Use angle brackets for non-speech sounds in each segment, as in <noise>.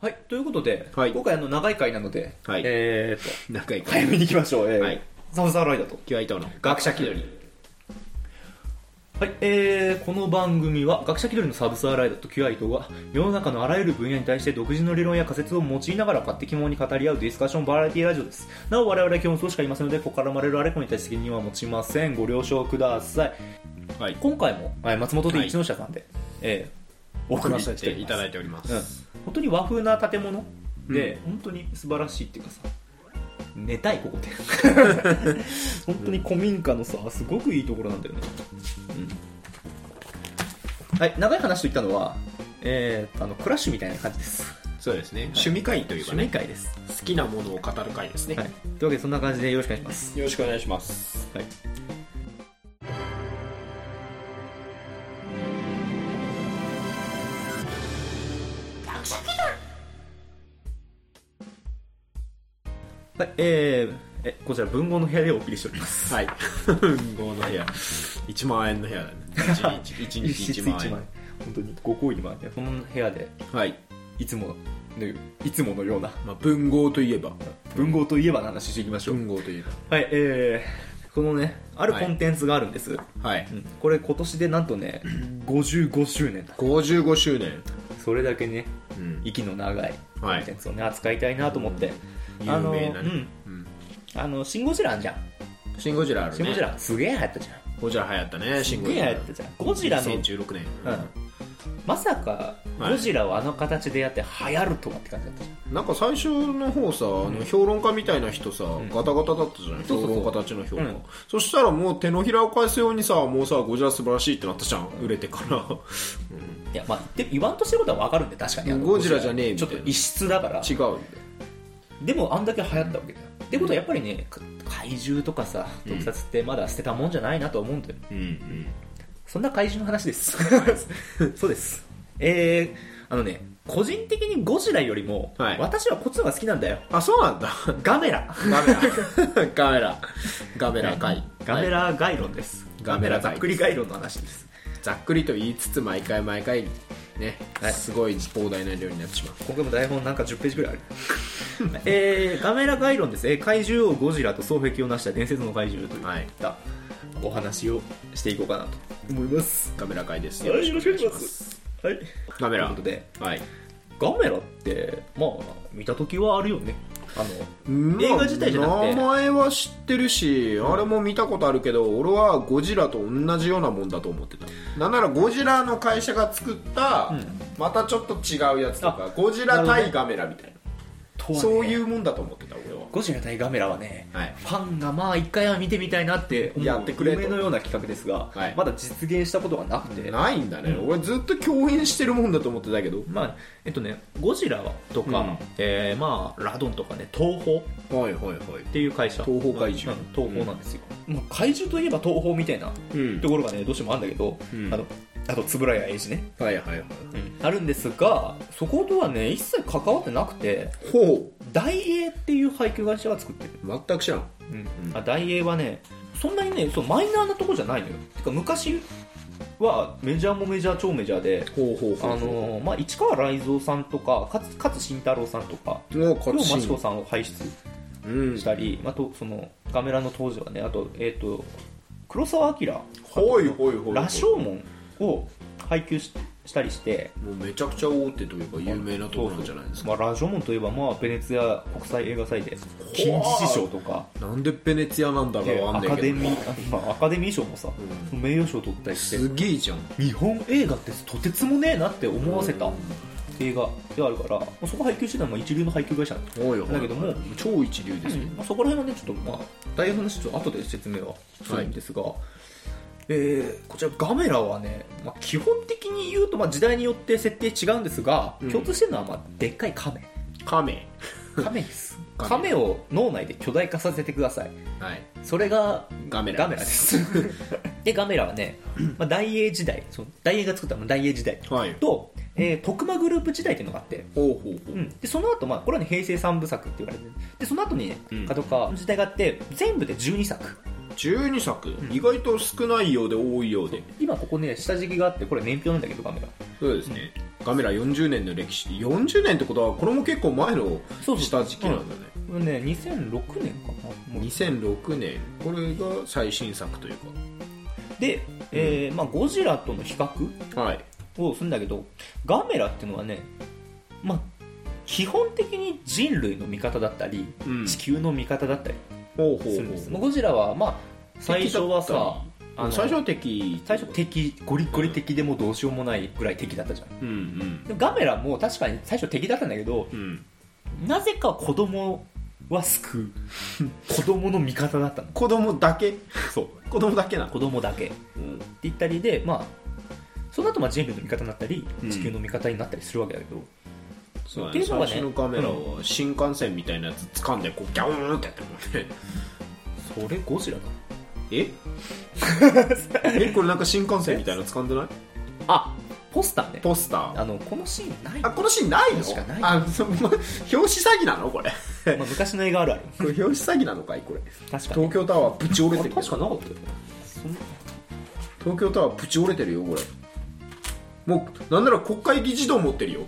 はい、ということで、はい今回あの長い回なので、はいえー、っ仲良と、<laughs> <laughs> く。早めに行きましょう。えーはいサブサーライダーと。キュアイトの学者気取り。はい、えー、この番組は学者気取りのサブサーライダーとキュアイトが世の中のあらゆる分野に対して独自の理論や仮説を用いながら勝手気問に語り合うディスカッションバラエティラジオですなお我々は基本そうしかいませんのでここから生まれるあれこれに対して責任は持ちませんご了承くださいはい。今回もはい松本で一ノ社さんで、えー、お送り話ししてていいたただだいいてておりま。おりますす、うん、本当に和風な建物で、本当に素晴らしいっていうかさ寝たいここで <laughs> 本当に古民家のさすごくいいところなんだよね、うん、はい長い話といったのはえー、あのクラッシュみたいな感じです、そうですね。趣味会という趣か味ね、会です、好きなものを語る会ですねはい、。というわけでそんな感じでよろしくお願いしますよろしくお願いします。はいはい、えー、えこちら文豪の部屋でお送りしており <laughs> ますはい。文豪の部屋。1万円の部屋だね。1日 <laughs> ,1 日1万円。本当にご好意にもあってこの部屋ではい。いつものいつものようなまあ、文豪といえば。文豪といえばの話していきましょう、文豪といえはいえー、このねあるコンテンツがあるんです、ば。はい。うんこれ今年でなんとね55周年だ55周年。それだけねうん。息の長いコはいンテンツをね、扱いたいなと思って、有あの名なうねん。うん。あのシン・ゴジラあんじゃんシン・ゴジラあるね。シン・ゴジ。ラすげえ流行ったじゃんゴジラ流行ったね、シン・すゴげえジ流ラ。行ったじゃんゴジラの、 2016年。うん、まさかはいゴジラをあの形でやって流行るとはって感じだったじゃんなんか最初の方さ、あの評論家みたいな人さ、ガタガタだったじゃないそうそうそ評う論家たちの評価、うんそしたらもう手のひらを返すようにさもうさゴジラ素晴らしいってなったじゃん売れ <laughs> てからいやまあ言って言わんとしてることは分かるんで確かにあのゴジラじゃねえみちょたいっなと異質だから違うんだよでもあんだけ流行ったわけだよってことはやっぱりねか怪獣とかさ特撮ってまだ捨てたもんじゃないなと思うんだよ、うんうんそんな怪獣の話ですそうですえー、あのね個人的にゴジラよりも、はい私はこっちの方が好きなんだよあそ <laughs> うなんだガメラガメラガメラガメラ回ガメラ概論です、ガメラざっくり概論の話ですざっくりと言いつつ毎回毎回ね、はいすごい膨大な量になってしまう今回も台本なんか10ページぐらいある <laughs> えー、ガメラ概論ですね怪獣王ゴジラと双璧を成した伝説の怪獣といはいったお話をしていこうかなと思いますガメラ回ですはいよろしくお願いしますはいガメラということではいガメラってまあ見た時はあるよねあの映映画自体じゃなくて名前は知ってるし、あれも見たことあるけど俺はゴジラと同じようなもんだと思ってたなんならゴジラの会社が作った、またちょっと違うやつとかゴジラ対ガメラみたいな、そういううもんだと思ってた俺はゴジラ対ガメラはね、はいファンがまあ一回は見てみたいなって思うやってくれと夢のような企画ですが、はいまだ実現したことがなくてないんだね、俺ずっと共演してるもんだと思ってたけどまあえっとね、ゴジラとか、うんえーまあ、ラドンとかね東宝っはいはいはいていう会社東宝怪獣うんうん東宝なんですよ、まあ、怪獣といえば東宝みたいなうんところがねどうしてもあるんだけど、うんあのあと円谷英二ね、はいはいはいあるんですがそことはね一切関わってなくてほ大英っていう配給会社が作ってる、う全く知らんあ大英はねそんなにねそうマイナーなとこじゃないのよてか昔はメジャーもメジャー超メジャーでほうほうあほうほのーまあ、市川雷蔵さんとか勝勝慎太郎さんとかうもう両こっち真知子さんを輩出うんしたり、あとそのガメラの当時はねあと,、えー、と黒澤明ほいほいほい羅生門を配給ししたりして、もうめちゃくちゃ大手というか有名なところなんじゃないですかまあ、ラジョモンといえば、まあ、ベネツィア国際映画祭で金獅子賞とか、なんでベネツィアなんだかでわかアんないカけデどミーまあアカデミー賞もさ、名誉賞取ったりしてすげえじゃん日本映画ってとてつもねえなって思わせた映画ではあるから、まあそこ配給してたのは一流の配給会社なんだおいおいだけども超一流ですうよんまあ、そこら辺はねちょっとまあ大変な話ちょっと後で説明はするんですが、えーこちらガメラはね、まあ、基本的に言うと、まあ、時代によって設定違うんですが、うん共通してるのは、まあ、でっかいカメカメカメです亀カメを脳内で巨大化させてくださいはいそれがガメラガメラです <laughs> でガメラは <laughs> ね、まあ、大英時代その大英が作ったのは大英時代はいと、えー、徳間グループ時代っていうのがあってほうほうほうん、でその後、まあこれは、ね、平成三部作って言われてるでその後にねうん角川の時代があって全部で12作12作意外と少ないようで多いようで今ここね下敷きがあってこれ年表なんだけどカメラそうですねカメラ40年の歴史40年ってことはこれも結構前のそうそ下う敷きなんだねうんね2006年かなもう2006年これが最新作というで、えーまあ、ゴジラとの比較かはいをするんだけどガメラっていうのはね、まあ、基本的に人類の味方だったり、うん地球の味方だったりほうほうすほるんです、もううゴジラは、まあ、最初は敵だっさあの最初は敵最初敵ゴリゴリ敵でもうどうしようもないぐらい敵だったじゃんうんでもガメラも確かに最初敵だったんだけどうんうんなぜか子供は救 <laughs> う子供の味方だったの子供だけそう子供だけなの子供だけってうん言ったりでまあその後まあ人類の味方になったりうん地球の味方になったりするわけだけど、そうだってねいうのが最ね初のカメラは新幹線みたいなやつ掴んでこうギャオーンってやってるもんねそれゴジラだ <laughs> ええこれなんか新幹線みたいなの掴んでないあポスターねポスターあのこのシーンないあこのシーンないの確かないあそま表紙詐欺なのこれまあ、昔の映画あるあるこれ表紙詐欺なのかいこれ確かに東京タワーぶち折れてるあ確かなかったよそん東京タワーぶち折れてるよこれもうなんなら国会議事堂持ってる <laughs> よ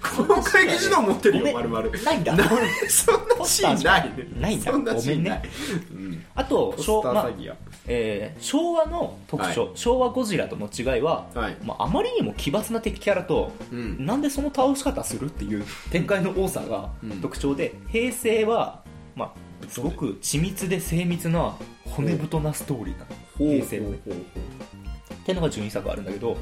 国会議事堂持ってるよごまめるんまるないんだ <laughs> そんなシーンないないんだそんなシーンないごうんあとポスタ昭,、まーあ詐欺やえー昭和の特徴、昭和ゴジラとの違いは、はいまあ、あまりにも奇抜な敵キャラと、うんなんでその倒し方するっていう展開の多さがうん特徴で、平成は、まあ、すごく緻密で精密な骨太なストーリーなの平成はねほうほうほうっていうのが12作あるんだけど、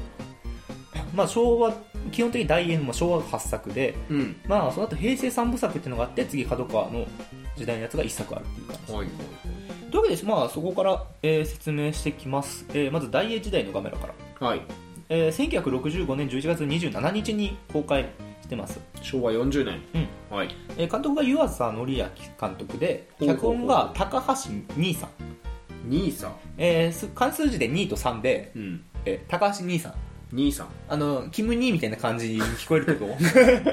まあ、昭和基本的に大円も昭和が8作で、うんまあ、その後平成3部作っていうのがあって次角川の時代のやつが1作あるっていう感じはいはいというわけで、まあ、そこから、えー説明してきます、えーまず大英時代のガメラから、はいえー1965年11月27日に公開してます、昭和40年うんはいえー監督が湯浅紀明監督でほうほう脚ほう本が高橋兄さん、兄さんえーす関数字で2と3で、うんえー高橋兄さん <laughs> 兄さんあのキム兄みたいな感じに聞こえるけ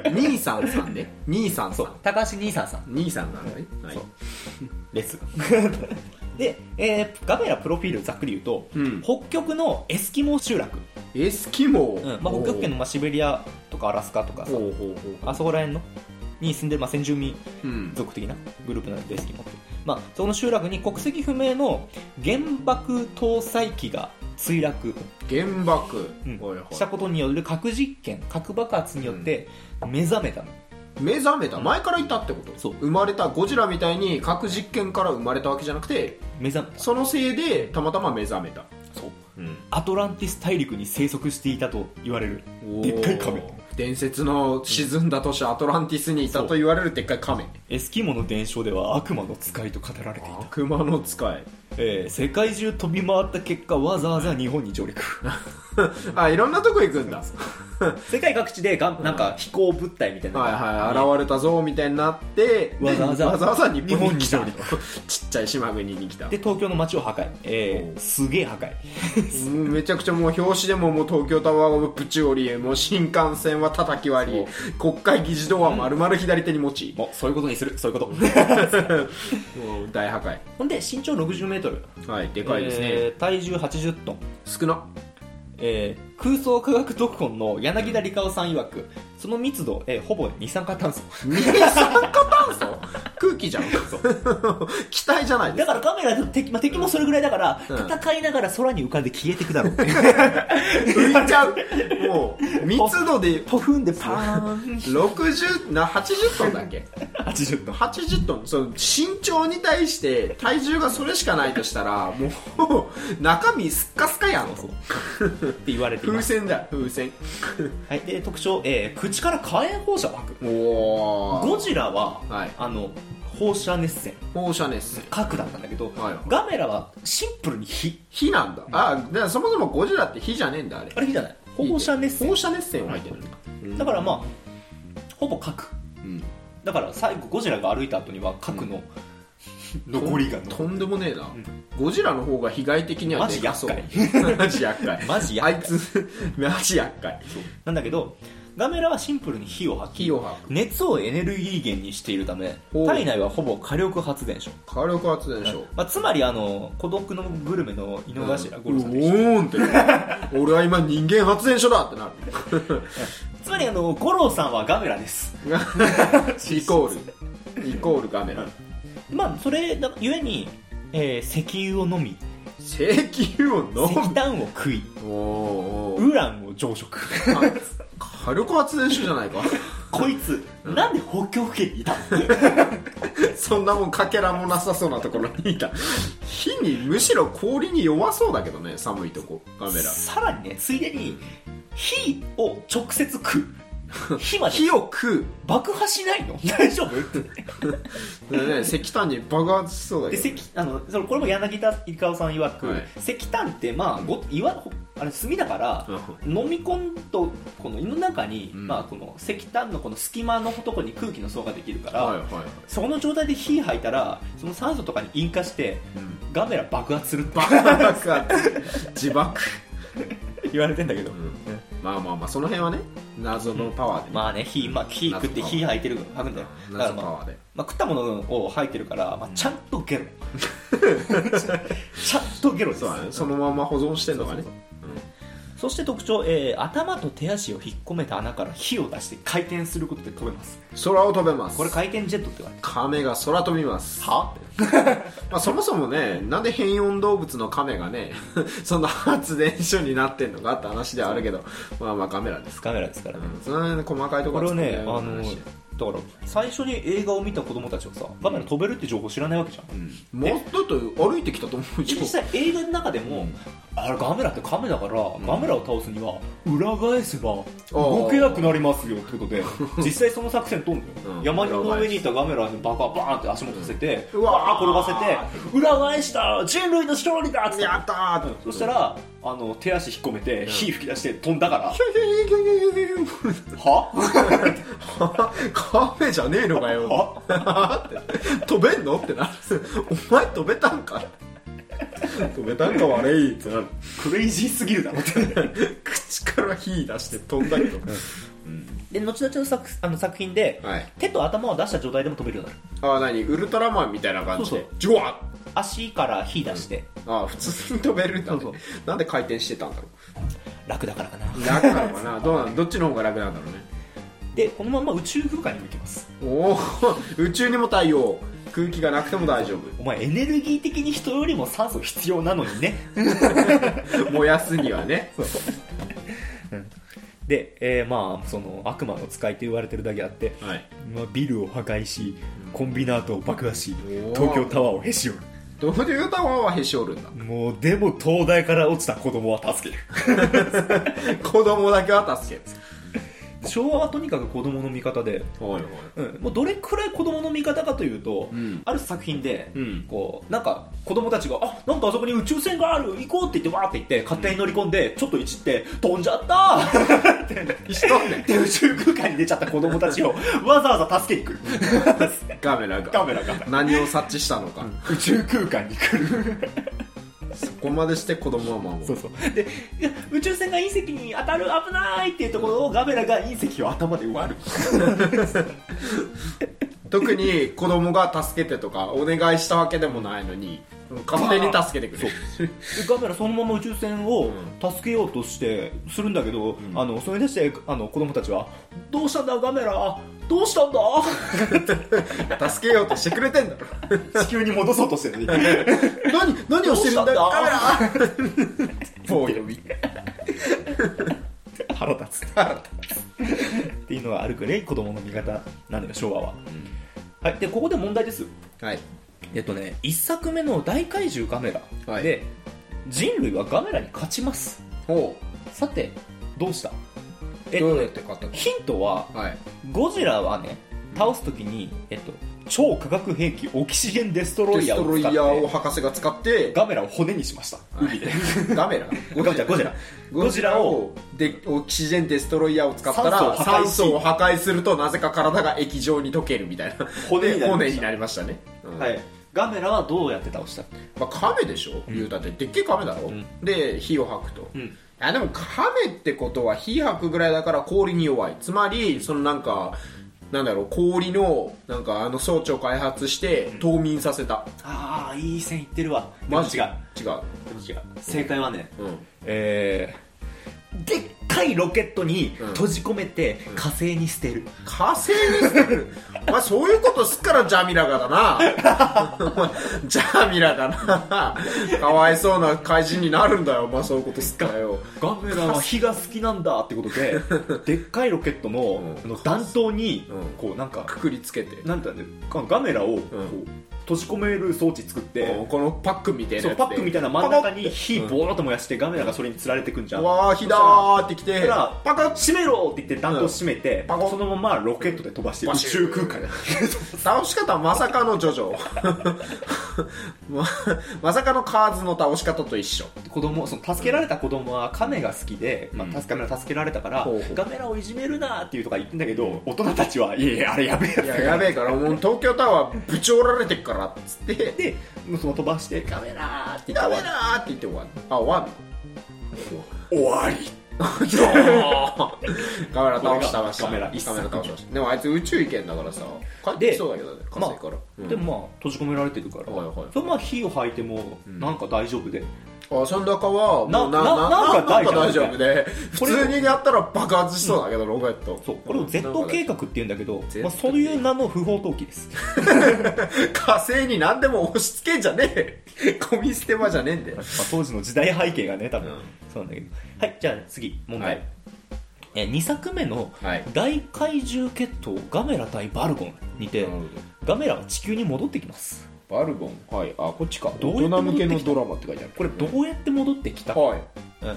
<laughs> ど兄さんさんね兄さんさそうん高橋兄さんさん兄さんなんだねはいそうです <laughs> で、えーガメラプロフィールざっくり言うと、うん北極のエスキモ集落、エスキモうんまあ、北極圏のまあシベリアとかアラスカとかさほうほうほうほうあそこら辺のに住んでる、まあ、先住民うん族的なグループなんでエスキモって、まあ、その集落に国籍不明の原爆搭載機が墜落、原爆うんはいはいしたことによる核実験核爆発によって目覚めたの、目覚めた前からいたってことそう生まれたゴジラみたいに核実験から生まれたわけじゃなくて目覚めたそのせいでたまたま目覚めたそううんアトランティス大陸に生息していたと言われるでっかい亀伝説の沈んだ都市アトランティスにいたと言われるでっかい亀エスキモの伝承では悪魔の使いと語られていた、悪魔の使いえー世界中飛び回った結果わざわざ日本に上陸あいろんなとこ行くんだ <laughs> 世界各地でがなんか飛行物体みたいな、はいはい、現れたぞみたいになって、わざわざでわざ日本に来日た本に来ちっちゃい島国に来たで東京の街を破壊、えーおうすげえ破壊うんめちゃくちゃもう表紙でももう東京タワーをぶち折りもう新幹線は叩き割り国会議事堂は丸々左手に持ち、もうそういうことにする <laughs> そういうこともう大破壊 <laughs> ほんで身長6 0メートルはいでかいですね、えー体重80トン、少な <laughs> えー空想科学特本の柳田理香さん曰くその密度、えーほぼ二酸化炭素二酸化炭素空気じゃん <laughs> 気体じゃないでだすかからカメラと敵,、まあ、敵もそれぐらいだから、うん戦いながら空に浮かんで消えていくだ <laughs> ろうって浮いちゃうもう密度でと踏んでパーン60な80トンだっけ80度80トンその身長に対して体重がそれしかないとしたらもう中身すっかすかやんって言われていま風す、船だよ風船はい、で特徴、えー口から火炎放射を吐くおおゴジラは、はいあの放射熱線放射熱核だったんだけど、はいはいガメラはシンプルに火火なんだあだからそもそもゴジラって火じゃねえんだあれあれ火じゃない放射熱線放射熱線を入ってるのかだからまあほぼ核うんだから最後ゴジラが歩いた後には核の、残りがとんでもねえな、ゴジラの方が被害的にはマジでかそう厄 <laughs> マジ厄介マジあ厄いつマジ厄介なんだけどガメラはシンプルに火を吐き火を吐く熱をエネルギー源にしているためおう体内はほぼ火力発電所、火力発電所、まあ、つまりあの孤独のグルメの井の頭五郎さんと一緒おーんって俺は今人間発電所だってなるつまりあの五郎さんはガメラ <laughs> ですイコー <laughs> ルイコールガメラまあそれだゆえに、えー石油を飲み石油を飲石炭を食いむおーおーウランを常食火力発電所じゃないか <laughs> こいつなんで北極圏にいたのそんなもんかけらもなさそうなところにいた火にむしろ氷に弱そうだけどね寒いとこガメラ <laughs> さらにねついでに火を直接食 <laughs> う火まで火を食う爆破しないの <laughs> 大丈夫ってだからね石炭に爆発しそうだでけど石あのそのこれも柳田伊香さん曰く、はい石炭ってまあごいわあれ炭だから、飲み込んとこの胃の中に、うんまあ、この石炭のこの隙間のとこに空気の層ができるから、はいはい、その状態で火吐いたらその酸素とかに引火してガメラ爆発するって爆発自爆、言われてんだけど、まあまあまあその辺はね謎のパワーで、まあね火,、まあ、火食って火吐いてる吐くんだよだから謎まパあワーでまあ、食ったものを吐いてるから、まあ、ちゃんとゲ <laughs> ロちゃんとゲロですそうだねそのまま保存してんのがねそうそして特徴、えー頭と手足を引っ込めた穴から火を出して回転することで飛べます空を飛べますこれ回転ジェットって言われて亀が空飛びますはまあそもそもねなんで変温動物の亀がねそんな発電所になってんのかって話ではあるけどまあまあカメラです、るカメラですからうね、ん、その辺の細かいとこころれをねあはのーだから最初に映画を見た子供たちはさカメラ飛べるって情報知らないわけじゃん、もっと歩いてきたと思うよ実際映画の中でも、あれガメラってカメだから、ガメラを倒すには裏返せば動けなくなりますよってこと <laughs> で実際その作戦飛んだよ、うん山の上にいたガメラにバカバーンって足元させて、うんうわわーー転ばせて裏返した人類の勝利だっつってやったーってそしたらあの手足引っ込めて火吹き出して飛んだ <laughs> から、はカメじゃねえのかよはって飛べんのってなるお前飛べたんか飛べたんか悪いってなるクレイジーすぎるだろって口から火出して飛んだけど <laughs> で後々の作あの作品で、はい手と頭を出した状態でも飛べるようになるああ何ウルトラマンみたいな感じそうでそうジュワッ足から火出して、ああ普通に飛べるんだ、ね、そうなんで回転してたんだろ楽だからかなう楽なのかなどうなんどっちの方が楽なんだろうねでこのまま宇宙空間にも行きますおお宇宙にも太陽空気がなくても大丈お前エネルギー的に人よりも酸素必要なのにね <laughs> 夫燃やすにはねで、えーまあその悪魔の使いと言われてるだけあって、はいまあ、ビルを破壊しコンビナートを爆破しおー東京タワーをへし折るどういうタワーはへし折るんだもうでも東大から落ちた子供は助ける子供だけは助ける昭和はとにかく子供の味方で、はいはいうん、もうどれくらい子供の味方かというと、うんある作品で、うんこうなんか子供たちが「あなんかあそこに宇宙船がある行こう」って言ってわーって言って勝手に乗り込んで、ちょっといじって「飛んじゃった!」しとんねんで宇宙空間に出ちゃった子供たち <laughs> をわざわざ助けに来るカメラ <laughs> がカメラが何を察知したのか、宇宙空間に来るそこまでして子供は守 <laughs> るそうそうでいや宇宙船が隕石に当たる危ないっていうところをガメラが隕石を頭で割る特に子供が助けてとかお願いしたわけでもないのに勝手に助けてくれるでガメラそのまま宇宙船をう助けようとしてするんだけど、んあのそれに対してあの子供たちは「どうしたんだガメラどうしたんだ助けようとしてくれてんだろ <laughs> 地球に戻そうとしてるのに <laughs> 何何をしてるんだどうカメしラ <laughs> 棒呼び <laughs> 腹立つっていうのがあるくらい子供の味方なのよ昭和は、はいでここで問題ですはいえっとね、1作目の大怪獣ガメラで、はい人類はガメラに勝ちますほさてどうしたうえっどとうやねって勝ったヒントはのはいゴジラはね倒すときに、えっと、超化学兵器オキシゲンデストロイデスヤートをロイ使っヤーをて博士が使ってガメラを骨にしました海でガメラゴジラゴジラゴジラをでオキシジェンデストロイヤーを使ったら酸酸素素をを破壊するとなぜか体が液状に溶けるみたいな骨になりました骨になりましたね、うんはい、ガメラはどうやって倒したまあ、亀でしょ言うたってでっけえ亀だろ、んで火を吐くと、うんあでも亀ってことは火吐くぐらいだから氷に弱いつまりそのなんかなんだろう氷のなんかあの装置を開発して冬眠させた、ああいい線いってるわマジでも違違ううでも違う正解はね、うんえー、でっかいロケットにうん閉じ込めて火星に捨てる、火星ですよお前そういうことすっからジャミラガだな <laughs> ジャミラガなかわいそうな怪人になるんだよお前そういうことすっからよガメラは火が好きなんだってこと <laughs> ででっかいロケットの,、うんあの弾頭に、うんこうなんかくくりつけてなんて言うんだろうガメラをこう、うん閉じ込める装置作って、うんこのパックみたいなそやうつでパックみたいな真ん中に火ボーっと燃やしてガメラがそれにつられてくんじゃん、わあ火だーってきそてしたらパカッ閉めろって言って弾頭閉めて、パコッそのままロケットで飛ばして宇バシュ宙ー空間に倒し方はまさかのジョ <laughs> ジョままさかのカーズの倒し方と一緒子供その助けられた子供はカメが好きで、まあ、うん助カメラ助けられたから、ほうほうガメラをいじめるなーっていうとか言ってんだけど大人たちはいやいやあれやべえやついだやからやべえからもう東京タワーぶち折られてっからっつってでその飛ばしてカメラーって言ダってメだーって言って終わるあ終わ終わりんの <laughs> カメラ倒これがした倒したカメラ一カ作メラ倒しましたでもあいつ宇宙行けんだからさ帰ってきそうだけどね火星から、うんでもまあ閉じ込められてるから、はいはいそのまあ火を吐いてもなんか大丈夫で、あその中はもうなななななんかなんか大大丈丈夫夫でこ普れ通にやったら爆発しそうだけどロケットそうこれを Z 計画っていうんだけど、 Z まあ、そういう名の不法投棄です火星に何でも押し付けんじゃねえ <laughs> ゴミ捨て場じゃねえんだよまあ、当時の時代背景がね多分、うんそうなんだけどはいじゃあ次問題、はいえ2作目のはい大怪獣決闘ガメラ対バルゴンにてガメラは地球に戻ってきますバルボンはいあこっちかどうやって戻ってきたラマって書いてあるこれどうやって戻ってきた、はいは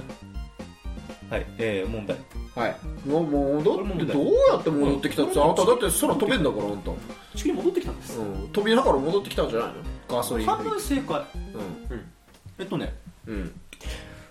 はいえー問題いはいもうもう戻ってどうやって戻ってきたってうんあんただって空飛べんだからあんた、う地球に戻ってきたんです、ん、飛びながら戻ってきたんじゃないのガソリン半分正解えっとねうんうん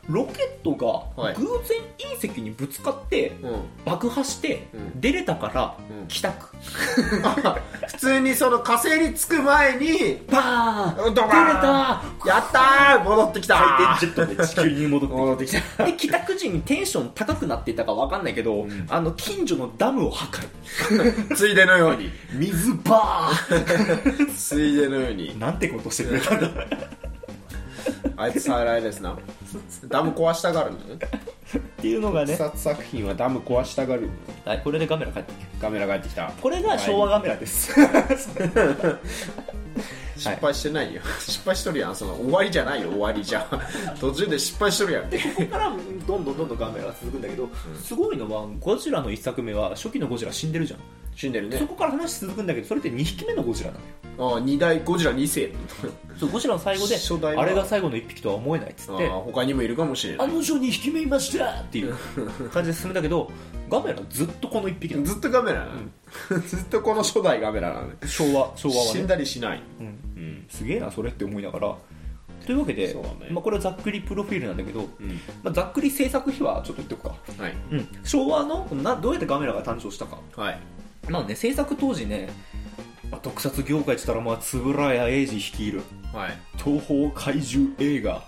ロケットはがい偶然隕石にぶつかってうん爆破してうん出れたからうん帰宅、普通にその火星に着く前にバーンド出れバたやったー戻ってきた回ー転ジェットで地球に戻ってき戻ってきたたで帰宅時にテンション高くなっていたかわかんないけど、んあの近所のダムを破壊 <laughs> ついでのように水バーついでのようにンなんてことしてくれたんだっあいつ再来ですなダム壊したがるのねていうのがね、殺作品はダム壊したがるはい、これでカメラ帰ってくるカメラ帰ってきたこれが昭和カメラです、失敗してないよ、失敗しとるやんその終わりじゃないよ終わりじゃん途中で失敗しとるやんでここからどんどんどんどんガメラが続くんだけど、すごいのはゴジラの一作目は初期のゴジラ死んでるじゃん、死んでるそねこから話続くんだけどそれって2匹目のゴジラなのよああ二大ゴジラ2世そうゴジラの最後で初代はあれが最後の1匹とは思えないっつっああて他にもいるかもしれなあいの女に匹目いましたって <laughs> いう感じで進むんだけどガメラずっとこの1匹なのずっとカメラなの、ずっとこの初代カメラなのね昭和昭和は死んね、だりしないうん、うんすげえなそれって思いながらというわけで、そうだねまあ、これはざっくりプロフィールなんだけど、うんまあ、ざっくり制作費はちょっと言っておくか、はいうん、昭和のなどうやってガメラが誕生したかはいまあね、制作当時ね、まあ、特撮業界って言ったら、まあ、円谷英二率いる、はい東宝怪獣映画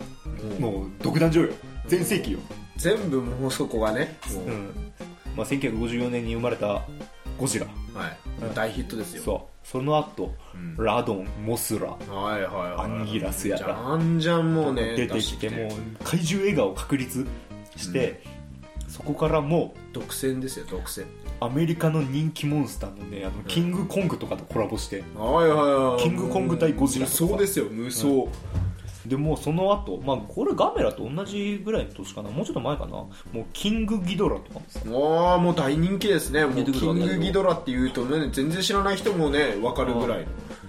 もうの独壇場よ。全盛期よ。全部もうそこがねもううん。まあ、1954年に生まれたゴジラ。はい、大ヒットですよそう。その後、うんラドン、モスラ、はいはいアはいンギラスやじら、ゃんじゃんもうね出てきて、もう怪獣映画を確立して、そこからもう、独占ですよ独占アメリカの人気モンスターのね、あの、キングコングとかとコラボして、はいはいはいキングコング対ゴジラとかそうですよ無双、でもうその後、まあこれガメラと同じぐらいの年かなもうちょっと前かなもうキングギドラとかもさああもう大人気ですねも出うてくキるわンけだよグギドラっていうとね全然知らない人もね分かるぐらいっ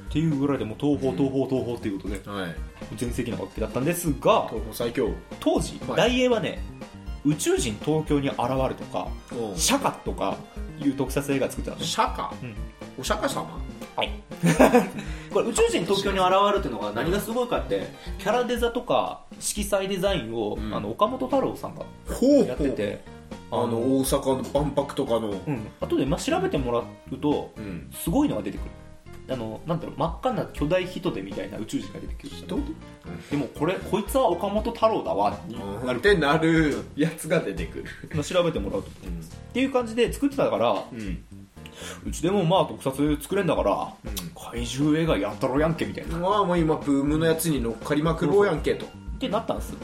ていうぐらいでもう東宝東宝東宝っていうことでのはい全盛期なわけだったんですが東宝最強当時はい大英はね宇宙人東京に現るとかうんシャカとかいう特撮映画作ってたのね釈迦うんお釈迦様はい <laughs> これ宇宙人東京に現るっていうのが何がすごいかってキャラデザとか色彩デザインを、うんあの岡本太郎さんがほやっててあの大阪の万博とかのうん、後でまあ調べてもらうとうんすごいのが出てくるあのなんだろう真っ赤な巨大ヒトデみたいな宇宙人が出てくる人でもこれこいつは岡本太郎だわになるってなるやつが出てくる、まあ調べてもらうとっていう感じで作ってたからうんうちでもまあ特撮作れんだから、怪獣映画やったろやんけみたいなっまあもう今ブームのやつに乗っかりまくろうやんけとてなったんですよ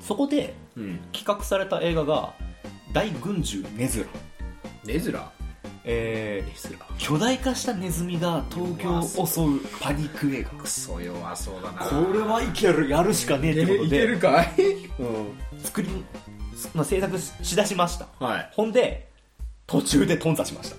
そこでうん企画された映画が「大群獣ネズラ」ネズラえネズラー、巨大化したネズミが東京を襲うパニック映画クソ弱そうだなこれはいけるやるしかねえってこといけでる <laughs> かい作り、まあ、制作ししだしましたはいほんで途中で頓挫しました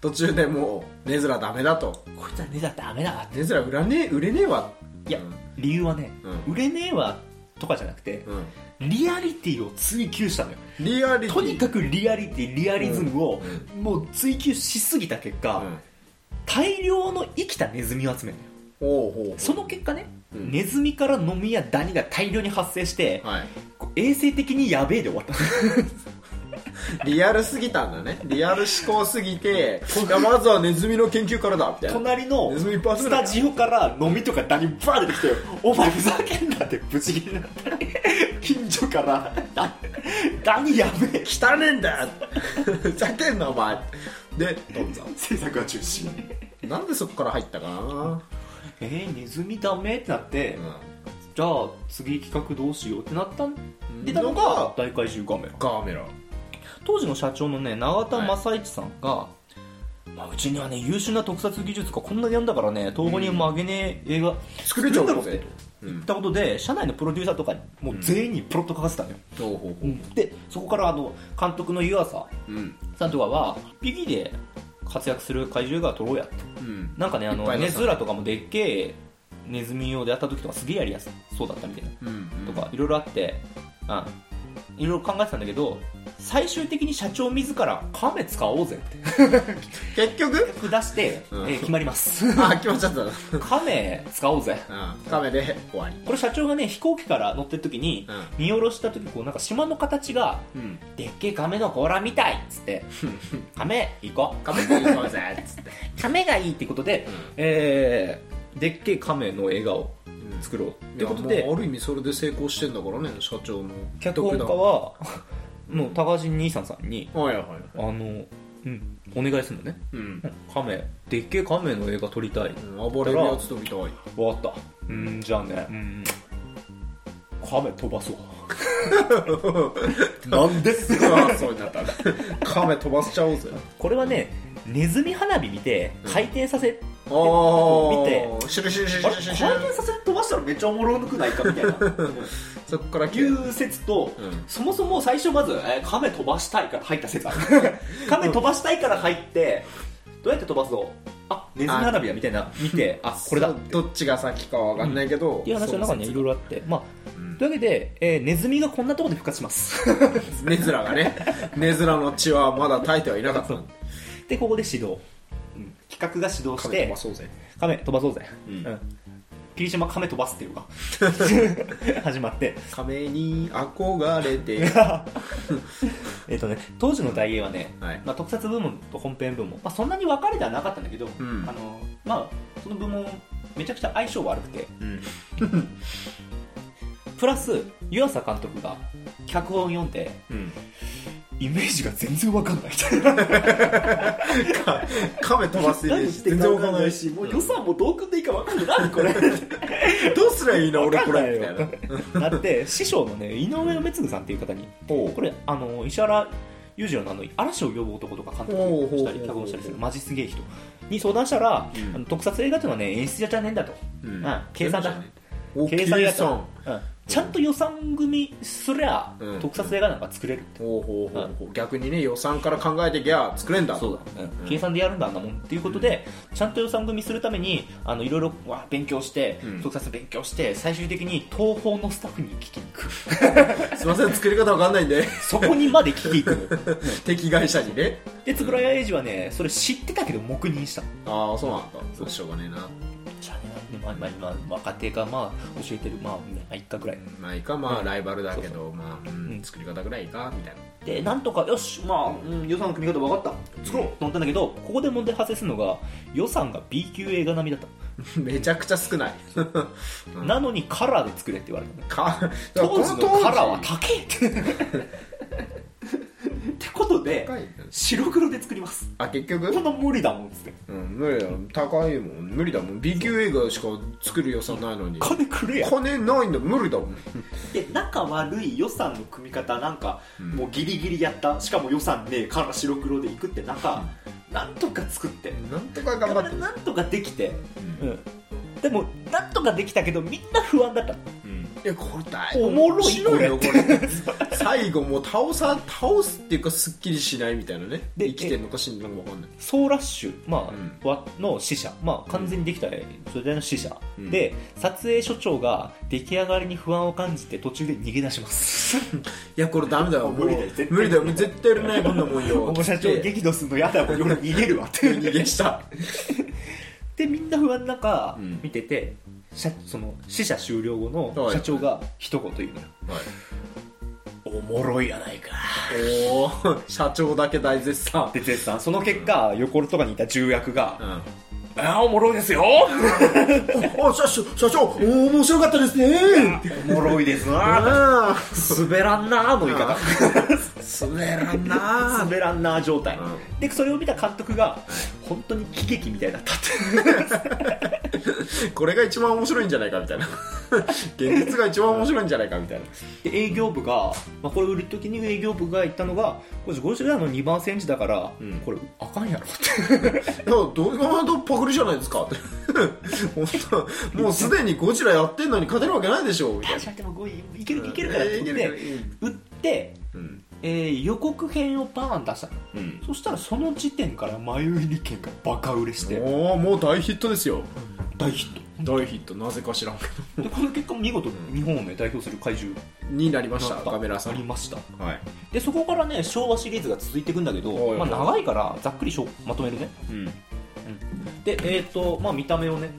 途中でもうネズラダメだとこいつはネズラダメだわってネズラ売らねえ売れねえわいや理由はね、うん売れねえわとかじゃなくて、うんリアリティを追求したのよリアリティとにかくリアリティリアリズムをうもう追求しすぎた結果、うん大量の生きたネズミを集めるのよほうほうほうその結果ね、うんネズミからノミやダニが大量に発生して、はいこう衛生的にやべえで終わ <laughs> ったリアルすぎたんだねリアル思考すぎていやまずはネズミの研究からだみたいな隣のネズミいっぱい集スめたタジオからノミとかダニバー出てきてお前ふざけんなってブチ切れになった <laughs> 近所から <laughs> ダダニやべえ汚ねえんだよふざけんなお前でどんざ制作は中止なんでそこから入ったかな <laughs> えー、ネズミダメってなって、うじゃあ次企画どうしようってなったんんでたののがが大怪獣カメラガーメラ当時の社長のね永田正一さんが、まあ、うちにはね優秀な特撮技術がこんなにやんだからね東方に曲げねえ映画作れちゃおう作れんぜだろってう言っんたことで社内のプロデューサーとかにもう全員にプロット書かせたのよ、ほうほうほでそこからあの監督の湯浅ううんさんとかはピギで活躍する怪獣映画撮ろうやってうんなんかねあいっぱのい出ネしたズラとかもでっけえネズミを出会った時とかすげえやりやすそうだったみたいなうんとかいろいろあって、うん、いろいろ考えてたんだけど最終的に社長自らカメ使おうぜって結局出して、うんえー決まりますあ決まっちゃったカメ使おうぜうんカメで終わりこれ社長がね飛行機から乗ってる時に、う見下ろした時こうなんか島の形がうんでっけえカメの甲羅みたいっつって「カメ行こう」カメで行こうぜっつってカメがいいってことで、えーでっけえカメの映画を作ろうってこといやでもうある意味それで成功してんだからね社長の脚本家は <laughs> もう高橋兄さんさんにはいはいあの、うん、お願いするのねうんカメでっけえカメの映画撮りたい暴れるやつと見たい分かったうんじゃあねうんカメ飛ばそう <laughs> なんですそうにな <laughs> ったカメ飛ばしちゃおうぜこれはねネズミ花火見て回転させ、お見てシュルシュルシあュれル回シュ転ルシュルさせて飛ばしたらめっちゃおもろくないかみたいなそこから急いう説と、うんそもそも最初まず、えー、亀飛ばしたいから入った説あ <laughs> る亀飛ばしたいから入ってどうやって飛ばすのあネズミ花火だみたいな見てあこれだってどっちが先かわかんないけど、いう話の中にいろいろあって、まあ、というわけで、えーネズミがこんなところで復活しますネズラ <laughs> がねネズラの血はまだ耐えてはいなかったんででここで指導、うん企画が指導し亀飛てばそうぜ亀飛ばそうぜ、うんうん霧島亀飛ばすっていうか <laughs> 始まって亀に憧れてえっとね、当時の大映はね、はいまあ、特撮部門と本編部門、まあ、そんなに分かれてはなかったんだけど、んあのまあ、その部門めちゃくちゃ相性悪くてうんプラス湯浅監督が脚本読んでうんイメージが全然分かんないみたいな亀飛ばすイメージ全然わかんないしもう予算もどう組んでいいか分かんない何これ <laughs> どうすりゃいいの俺これみたい分かなんないよだって師匠のね井上梅嗣さんっていう方におうこれあの石原裕次郎のあの嵐を呼ぶ男とか監督したりおう脚本したりするマジすげえ人に相談したら、うんあの特撮映画っていうのはね演出じゃねえんだと、うんうん計算だお計計算やった算うんちゃんと予算組すりゃ、うん特撮映画なんか作れるって、ほうほうほうほう逆にね予算から考えてきゃ作れんだそうだ、うん計算でやるんだあんなもんっていうことで、ちゃんと予算組するためにあのいろいろわ勉強して、うん特撮勉強して最終的に東宝のスタッフに聞きに行くすいません作り方わかんないん <laughs> でそこにまで聞きに行く <laughs> のよ敵会社にねで円谷英二はねそれ知ってたけど黙認したのああそうなんだしょうがねえな知らねえな、まあまあまあ、若手がまあ教えてるまあまあいっかぐらいまあいいかまあライバルだけど、まあ、うんうん作り方ぐらいいいかみたいなでなんとかよしまあ、うん予算の組み方分かった作ろうと思ったんだけどここで問題発生するのが予算が B 級映画並みだった、めちゃくちゃ少ない <laughs> うんなのにカラーで作れって言われたのか当時のカラーは高高えって <laughs> ってことでい白黒で作りますあ結こ局、んな無理だもんっつってうん、無理だ高いもん無理だもん B 級映画しか作る予算ないのに金くれや金ないんだ無理だもんで仲悪い予算の組み方なんかもうギリギリやったしかも予算ねえから白黒でいくってなんかなんとか作ってなんとか頑張なってんとかできて、うんうん、でもなんとかできたけどみんな不安だったいやこれ大おもろいこれ面白よこれ最後もう倒さ倒すっていうかすっきりしないみたいなねで生きてんのか死んだのか分かんないソーラッシュ、まうんあわの死者、まあ、完全にできたそれでの死者、うんで撮影所長が出来上がりに不安を感じて途中で逃げ出します <laughs> いやこれダメだよ無理だよもう絶対無理だよもう絶対売れないこんなもんよお社長つって激怒するのやだもん俺 <laughs> 逃げるわって逃げしたでみんな不安な中うん見てて、社その死者終了後のはい社長が一言言うのよおもろいやないかおお社長だけ大絶賛で絶賛その結果、横とかにいた重役がうん、「あああおもろいですよ社長社長おー面白かったですねおもろいですなあ滑らんな」の言い方あー滑らんな滑らんな状態、うでそれを見た監督が本当に喜劇みたいだったってこれが一番面白いんじゃないかみたいな現実が一番面白いんじゃないかみたいなで営業部が、まあ、これ売る時に営業部が言ったのがこれ50代の2番センチだから、うんこれあかんやろっていやどう考えたらパクリじゃないですか <laughs> って本当もうすでにゴジラやってんのに勝てるわけないでしょみたい確かにでもこう <laughs> いけるないけるからって言って売って、うんえー予告編をバーン出したのうんそしたらその時点から前売り券がバカ売れしておおもう大ヒットですよ大ヒッ大ヒットなぜか知らんけトでどこの結果見事日本をね代表する怪獣になりましたなったカメラさなりんましたはい、でそこからね昭和シリーズが続いていくんだけはいど、はまあ、い長いからざっくりしょまとめるねうん、でえっ、とまあ見た目をね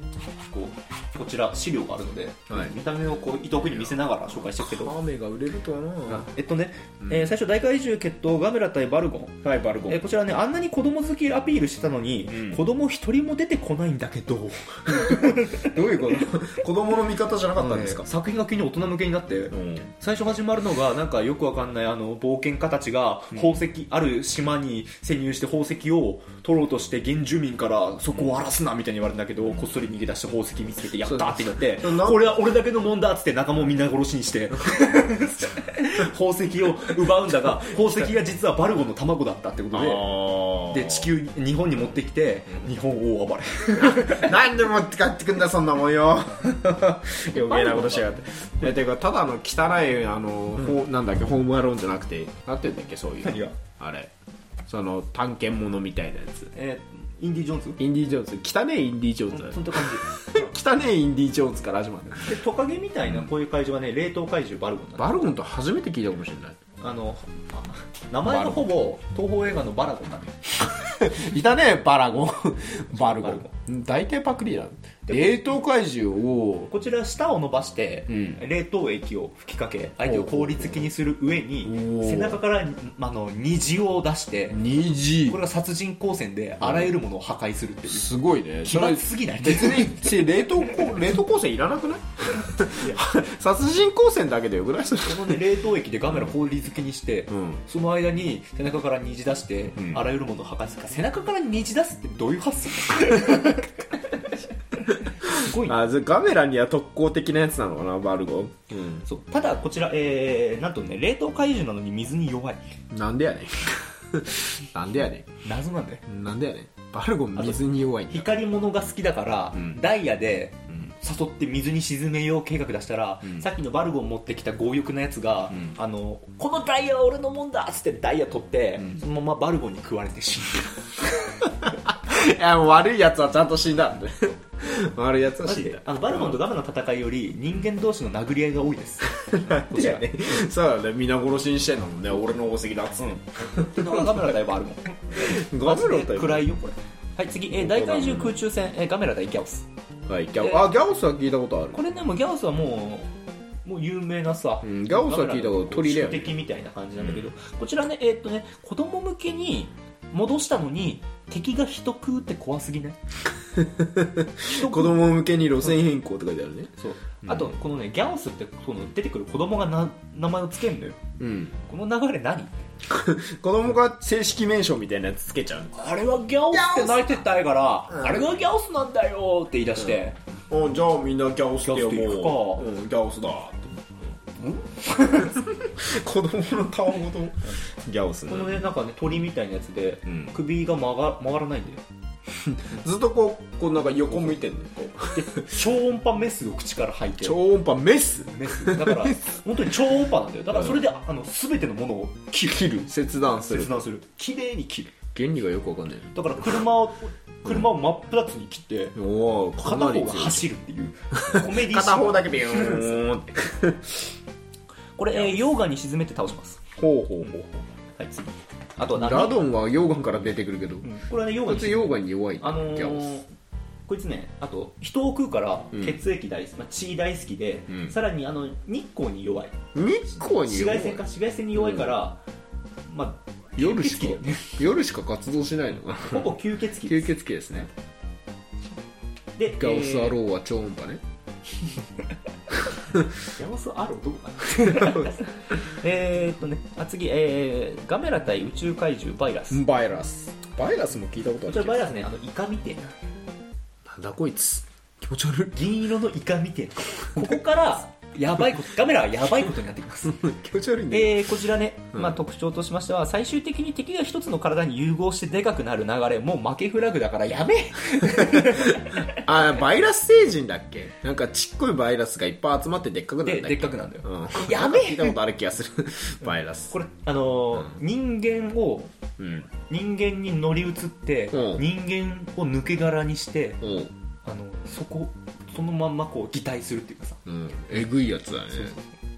こうこちら資料があるので、はい見た目をこう伊藤君に見せながら紹介していくけど雨が売れるとはなえっとね、えー最初大怪獣決闘ガメラ対バルゴンはいバルコえーこちらねあんなに子供好きアピールしてたのに、うん子供一人も出てこないんだけどどういうこと <laughs> 子供の味方じゃなかったんですか、あのね作品が急に大人向けになって、うん最初始まるのがなんかよくわかんないあの冒険家たちが宝石、ある島に潜入して宝石を取ろうとして原住民からそこを荒らすなみたいに言われるんだけど、こっそり逃げ出して宝石見つけてやったってなってそうなこれは俺だけのもんだっつって仲間をみんな殺しにして <laughs> 宝石を奪うんだが宝石が実はバルゴの卵だったってことで。でで地球に日本に持ってきて日本大暴れなんで持って帰ってくんだそんなもんよ <laughs> 余計なことしやがってえていうかただの汚いあの、ほうなんだっけホームアローンじゃなくてなんて言うんだっけそういうの何があれその探検者みたいなやつえーインディ・ジョーンズインディ・ジョーンズ汚いインディ・ジョーンズだよそんな感 <laughs> 汚いインディ・ジョーンズから始まるじでトカゲみたいなこういう怪獣はね冷凍怪獣バルゴンだバルゴンと初めて聞いたかもしれないあのあ名前がほぼ東宝映画のバラゴンなのよ <laughs> いたねバラゴン <laughs> バルゴゴンン大体パクリだ冷凍怪獣をこちら舌を伸ばして、うん冷凍液を吹きかけ相手を効率的にする上におー背中からあの虹を出して虹これが殺人光線であらゆるものを破壊するっていうすごいね奇抜すぎない別にち冷凍庫冷凍光線いらなくない <laughs> 殺人光線だけでよくないそれこの、ね、冷凍液でガメラ効率的にして、うんその間に背中から虹出して、んあらゆるものを破壊するから背中から虹出すってどういう <laughs> 発想すごいねあじゃあガメラには特攻的なやつなのかなバルゴン、そうただこちら、えー、なんとね冷凍怪獣なのに水に弱いなんでやねんなん <laughs> でやね謎なんだよんなんでやねんバルゴン水に弱いんだ光り物が好きだから、うんダイヤでうん誘って水に沈めよう計画出したら、うんさっきのバルゴン持ってきた強欲なやつが、うんあのこのダイヤは俺のもんだっつってダイヤ取って、うんそのままバルゴンに食われて死んいやもう悪いやつはちゃんと死んだ <laughs> 悪いやつは死でんるだあのバルゴンとガムの戦いより人間同士の殴り合いが多いですこちらねそうだね皆殺しにしてんのもんね俺の宝石だっつってってのが <laughs> ガメラ対バルゴンガメラ暗いよこれはい次、えー大怪獣空中戦、えーガメラ対ギャオスはい、ギャオあギャオスは聞いたことあるこれでもギャオスはもうもう有名なさ、うんギャオスは聞いたこと鳥だよね的みたいな感じなんだけど、こちらねえーっとね子供向けに戻したのに敵が人食うって怖すぎ <laughs> ない人食子う供向けに路線変更って書いてあるねそううんあとこのねギャオスってその出てくる子供がな名前をつけんのようんこの流れ何子供が正式名称みたいなやつつけちゃうあれはギャオスって泣いてたいから、うんあれがギャオスなんだよって言い出して、あじゃあみんなギャオスって呼ギャオスぼっう、うん、ギャオスだって <laughs> 子供の顔ごとギャオスねこのねなんかね鳥みたいなやつで、うん首が曲が回らないんだよずっとこうこうなんか横向いてんのよこうで超音波メスを口から吐いてる超音波メスメスだから本当に超音波なんだよだからそれで、あの全てのものを切る切断する切断する綺麗に切る原理がよくわかんないだから車を車を真っ二つに切っておお片かな方りが強い走るっていうコメディーシーン片方だけビューンって <laughs> これ、えー、溶岩に沈めて倒しますほうほうほうはい次あとは何ラドンは溶岩から出てくるけど、うんこれはね溶岩こいにつ沈め溶岩に弱い、あのギャオース、こいつねあと人を食うからうん血液大好き、まあ、血大好きで、うんさらにあの日光に弱い日光に紫弱外い線か紫外線に弱いから、まあ夜しか吸血鬼だよね夜しか活動しないのほぼ吸血鬼吸です血鬼ですねでガオスアローーは超音波ね、ガオスアローどこかな <laughs> えーっとねあ次、えー、ガメラ対宇宙怪獣バイラス、バイラスバイラスも聞いたことあこちるけらどバイラスねあのイカみてえななんだこいつ気持ち悪い銀色のイカみてえなここからやばいことガメラはやばいことになってきます気持ち悪いね、えーこちらね、うんまあ、特徴としましては最終的に敵が一つの体に融合してでかくなる流れもう負けフラグだからやべえあーバイラス星人だっけなんかちっこいバイラスがいっぱい集まってでっかくなでるんだっでけっかくなるんだよ、うん、やべえ聞いたことある気が <laughs> するバイラスこれあのー人間をうん人間に乗り移って、うん人間を抜け殻にしてうんあのそこそのまんまこう擬態するっていうかさ、うんえぐいやつだね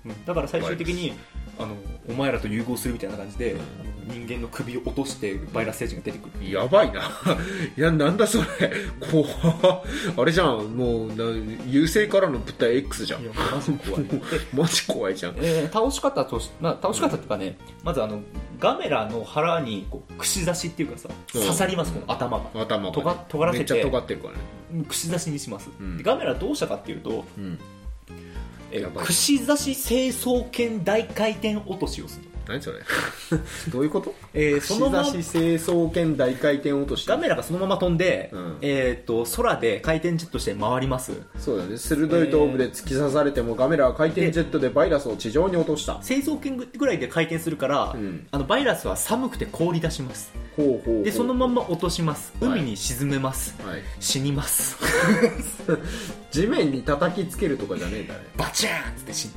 うんだから最終的にあのお前らと融合するみたいな感じで、うんあの人間の首を落としてバイラス星人が出てくるやばいな。いや、なんだそれ。怖っあれじゃん、もう、な優勢からの物体 X じゃんい。やマジ怖い <laughs> でマジ怖いじゃん。えー倒し方とし、まあ、倒し方っていうかね、まずあのガメラの腹にこう串刺しっていうかさうん刺さりますこの頭が頭とが、がね。尖らせてめっちゃ尖ってるからね。串刺しにします、うんでガメラどうしたかっていうと、うん。えーやばい串刺し成層圏大回転落としをする、何 <laughs> それどういうことえーそそののままし清掃兼大回転落としガメラがそのまま飛んで、うんえー、と空で回転ジェットして回りますそうだね鋭い頭部で突き刺されても、ガメラは回転ジェットでバイラスを地上に落とした成層圏ぐらいで回転するから、うんあのバイラスは寒くて凍り出しますほうほうほうでそのまんま落としますはい海に沈めます、はい、死にます地面に叩きつけるとかじゃねえんだねバチャーンって死ぬ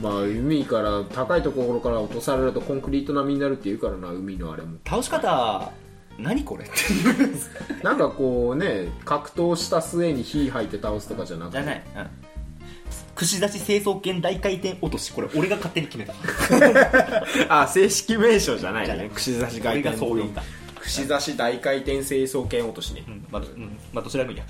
まあ海から高いところから落とされるとコンクリート並みになるって言うからな海のあれも倒し方何 <laughs> これってなんかこうね格闘した末に火吐いて倒すとかじゃなくてない、うん、串刺し清掃犬大回転落としこれ俺が勝手に決め <laughs> たあ正式名称じゃないじゃない串刺し俺がそう呼んだ、串刺し大回転清掃剣落としねうんまあうんまあ、どちら <laughs> でもいいや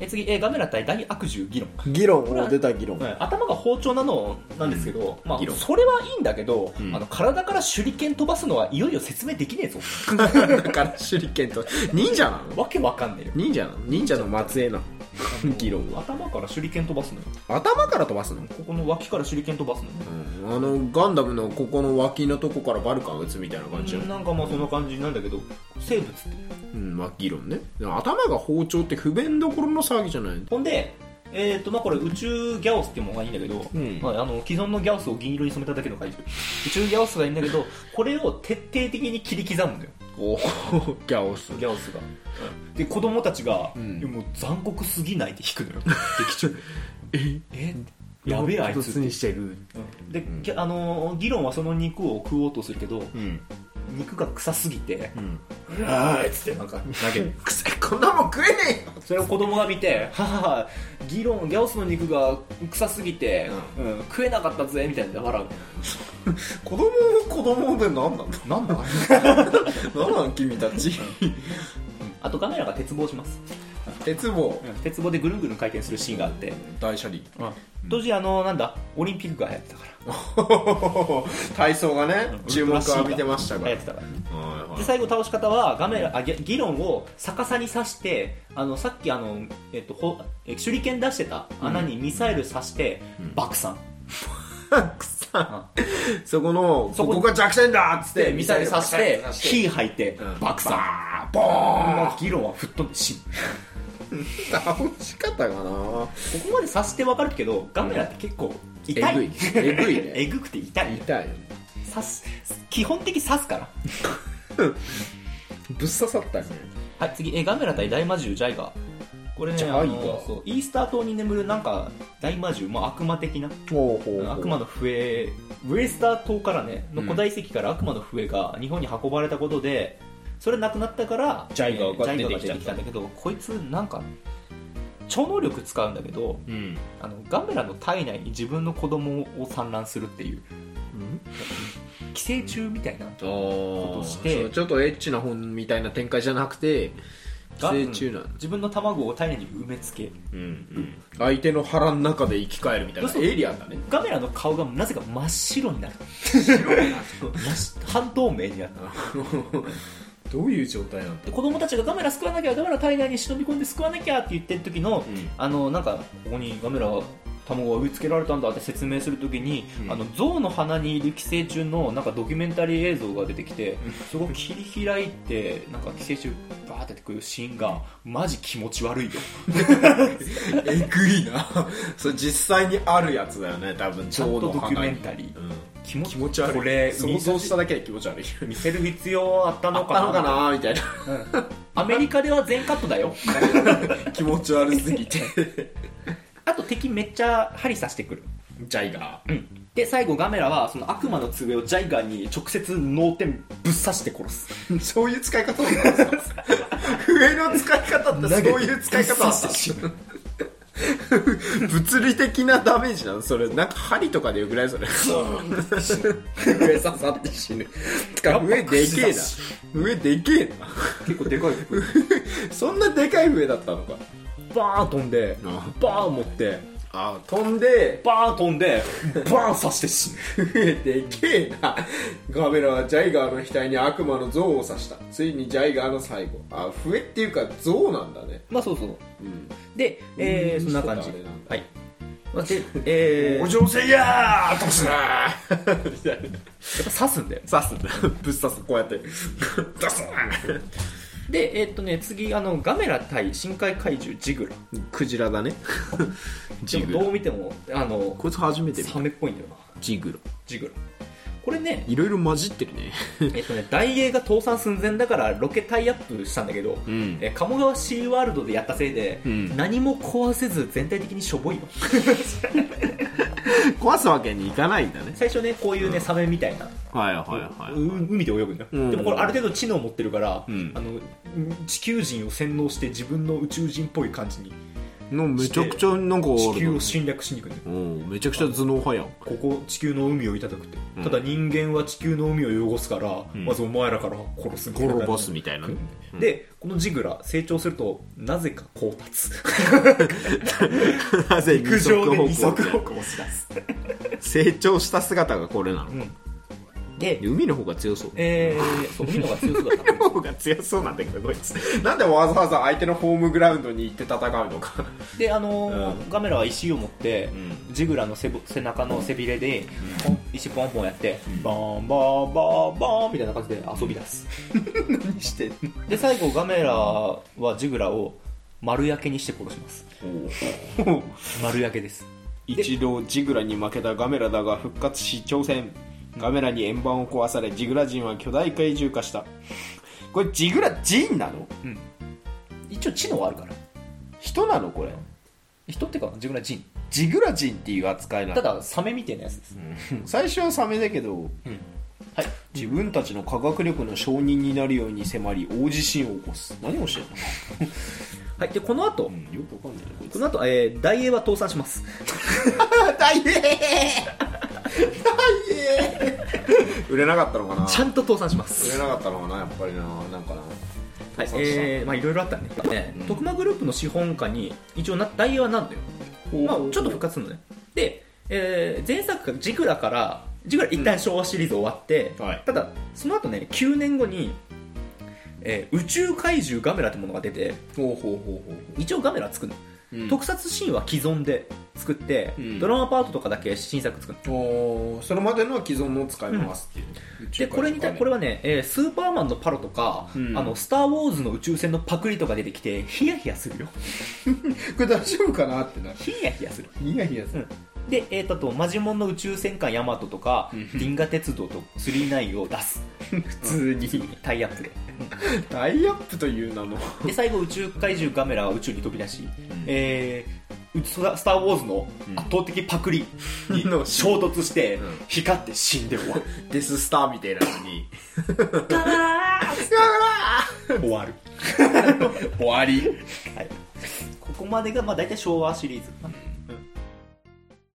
え次、えーガメラ対大悪獣議論、議論も出た議 <laughs> 論うん頭が包丁なのなんですけど、まあ議、論それはいいんだけど、うんあの体から手裏剣飛ばすのはいよいよ説明できねえぞだから手裏剣と忍者なのわけわかんねえよ忍者なの忍者の末裔なのあ <laughs> の議論は頭から手裏剣飛ばすのよ頭から飛ばすのここの脇から手裏剣飛ばすのようんあのガンダムのここの脇のとこからバルカン撃つみたいな感じようんなんかまあそんな感じなんだけど生物ってうんまあ議論ねでも頭が包丁って不便どころの騒ぎじゃないほんで、えーとまあ、これ宇宙ギャオスっていうものがいいんだけど、うんまあ、あの既存のギャオスを銀色に染めただけの怪獣宇宙ギャオスがいいんだけどこれを徹底的に切り刻むのよおおギャオスギャオスがで子供たちが、うんいやもう残酷すぎないって引くのよ劇中ええやべえあいつ、にしてるうんで、ぎゃあのー議論はその肉を食おうとするけどうん肉が臭すぎてうん「うわーい!」っつってなんか投げるくせ <laughs> こんなもん食えねえよそれを子供が見て「ははは議論ギャオスの肉が臭すぎて、うん食えなかったぜ」みたいな笑子供も子供で何なんだ <laughs> うなんだ何なん君たちああとカメラが鉄棒します、 <laughs> 鉄棒うん、鉄棒でぐるんぐるん回転するシーンがあって、大車輪当時あのなんだオリンピックが流行ってたから <laughs> 体操がね注目を浴びてました流行がっはいてたからはでい最後倒し方は画面あぎ議論を逆さに刺してあのさっきあの、えっと、ほえ手裏剣出してた穴にミサイル刺して、爆散くさそこのここが弱点だっつってでミサイル刺して火吐いて、うん爆散バーボーン議論は吹っ飛んで死ぬ倒し方かなここまで刺して分かるけどガメラって結構痛い、えぐいえぐいねえぐくて痛い <laughs> 痛い刺す基本的に刺すからぶっ刺さったねはい次えガメラ対大魔獣ジャイガーこれねジャイガーあのそうイースター島に眠るなんか大魔獣、まあ、悪魔的なほうほうほう悪魔の笛ウエスター島からねの古代遺跡から悪魔の笛が日本に運ばれたことでそれなくなったからジャイガーがジ出ャてイきちゃったたんだけどこいつなんか超能力使うんだけどうんあのガメラの体内に自分の子供を産卵するっていう寄生虫みたいなあーとしてそうちょっとエッチな本みたいな展開じゃなくて寄が生虫なうん自分の卵を体内に埋め付けうんうん相手の腹の中で生き返るみたいな嘘エイリアンだねガメラの顔がなぜか真っ白 <laughs> になるそう真っ白半透明になるどういう状態なんだで子供たちがガメラ救わなきゃガメラ体内に忍び込んで救わなきゃって言ってる時の、うんあのなんかここにガメラ卵が植え付けられたんだって説明するときに、うんあの象の鼻にいる寄生虫のなんかドキュメンタリー映像が出てきて、すごく切り開いてなんか寄生虫バーって出てくるシーンがマジ気持ち悪い <laughs> よえぐいなそれ実際にあるやつだよね多分ちゃんと蝶ドのキュ花メにンタリー、うん気持気持ち悪いこれ想像しただけで気持ち悪い見せる必要あったあのっかたなのかなみたいなアメリカでは全カットだよ気持ち悪すぎてあと敵めっちゃ針刺してくるジャイガうんで最後ガメラはその悪魔の杖をジャイガーに直接脳天ぶっ刺して殺すーそういう使い方なんですか笛の使い方ってそういう使い方なんですかしまう物理的なダメージなのそれなんか針とかでよくないそれ上刺さって死ぬてか上でけえな上でけえな結構でかいそんなでかい上だったのかバーン飛んであバーン持ってあ飛んでバーン飛んでバーン刺して死ぬ上でけえなガメラはジャイガーの額に悪魔の像を刺したついにジャイガーの最後あ笛っていうか像なんだねまあそうそううんで、えー、そんな感じうんそうだねはいまあで、えー、やっ嬢せいやーとすなーみたいなぱ刺すんだよ刺すんだぶっ刺すこうやって出すなーでえーっとね次あのガメラ対深海怪獣ジグラクジラだねジグでもどロう見てもあのこいつ初めて見サたメっぽいんだよなジグロジグラこれねいろいろ混じってるねえっとね、大映が倒産寸前だからロケタイアップしたんだけど、んえ鴨川シーワールドでやったせいで、うん何も壊せず全体的にしょぼいの壊すわけにいかないんだね最初ねこういうね、サメみたいな、はいはいはいう海で泳ぐんだよ、うんでもこれある程度知能を持ってるから、うんあの地球人を洗脳して自分の宇宙人っぽい感じにのめちゃくちゃなんかあれだ地球を侵略しに行くんだようんめちゃくちゃ頭脳派やんここ地球の海をいただくって、うんただ人間は地球の海を汚すから、んまずお前らから殺すみたいな滅ぼすみたいなねでこのジグラ成長するとなぜか高達なぜ陸上で二足歩で行しだす、成長した姿がこれなので海の方が強そうえー、そう海の方が強そうだった <laughs> 海の方が強そうなんだけどこいつ <laughs> なんでわざわざ相手のホームグラウンドに行って戦うのかであのーガメラは石を持って、んジグラの背ぼ背中の背びれで、ポン石ポンポンやって、バーンバーンバーンバーンみたいな感じで遊び出す、何してんので最後ガメラはジグラを丸焼けにして殺します丸焼けです一度ジグラに負けたガメラだが復活し挑戦ガメラに円盤を壊されジグラ人は巨大怪獣化したこれジグラ人なの一応知能はあるから人なのこれ人っていうかジグラ人ジグラ人っていう扱いなたのだサメみたいなやつです、最初はサメだけどはい自分たちの科学力の承認になるように迫り大地震を起こす何をしてんのはい、でこの後、うんよくわかんないなこいこの後、えー、大英は倒産しますつ大変大変売れなかったのかなちゃんと倒産します売れなかったのかなやっぱりななんかなはい、えー、まあいろいろあったね。ね、うん徳間グループの資本家に、一応な、内容はなんだよ。まあ、ちょっと復活するのね。で、えー前作がジクラから、ジクラ一旦昭和シリーズ終わって、はいただ、その後ね、9年後に、えー宇宙怪獣ガメラってものが出て、ほうほうほうほ一応ガメラ作るの。う、うん、特撮シーンは既存で作って、うんドラマパートとかだけ新作作る。おーそれまでのは既存のを使いますっていう、でこれにたこれはね、えースーパーマンのパロとか、うんあのスター・ウォーズの宇宙船のパクリとか出てきてヒヤヒヤするよこれ大丈夫かなってなヒヤヒヤするニヤニヤする、で、えー、とあとマジモンの宇宙戦艦ヤマトとか、うん銀河鉄道と39を出す普通にタイアップでタイアップという名ので最後宇宙怪獣ガメラは宇宙に飛び出し、えーうスタスター・ウォーズのうん圧倒的パクリに <laughs> の衝突して、うん光って死んで終わる <laughs> デススターみたいなのにダダー <laughs> 終わる <laughs> 終わりはい、ここまでがまあ大体昭和シリーズ、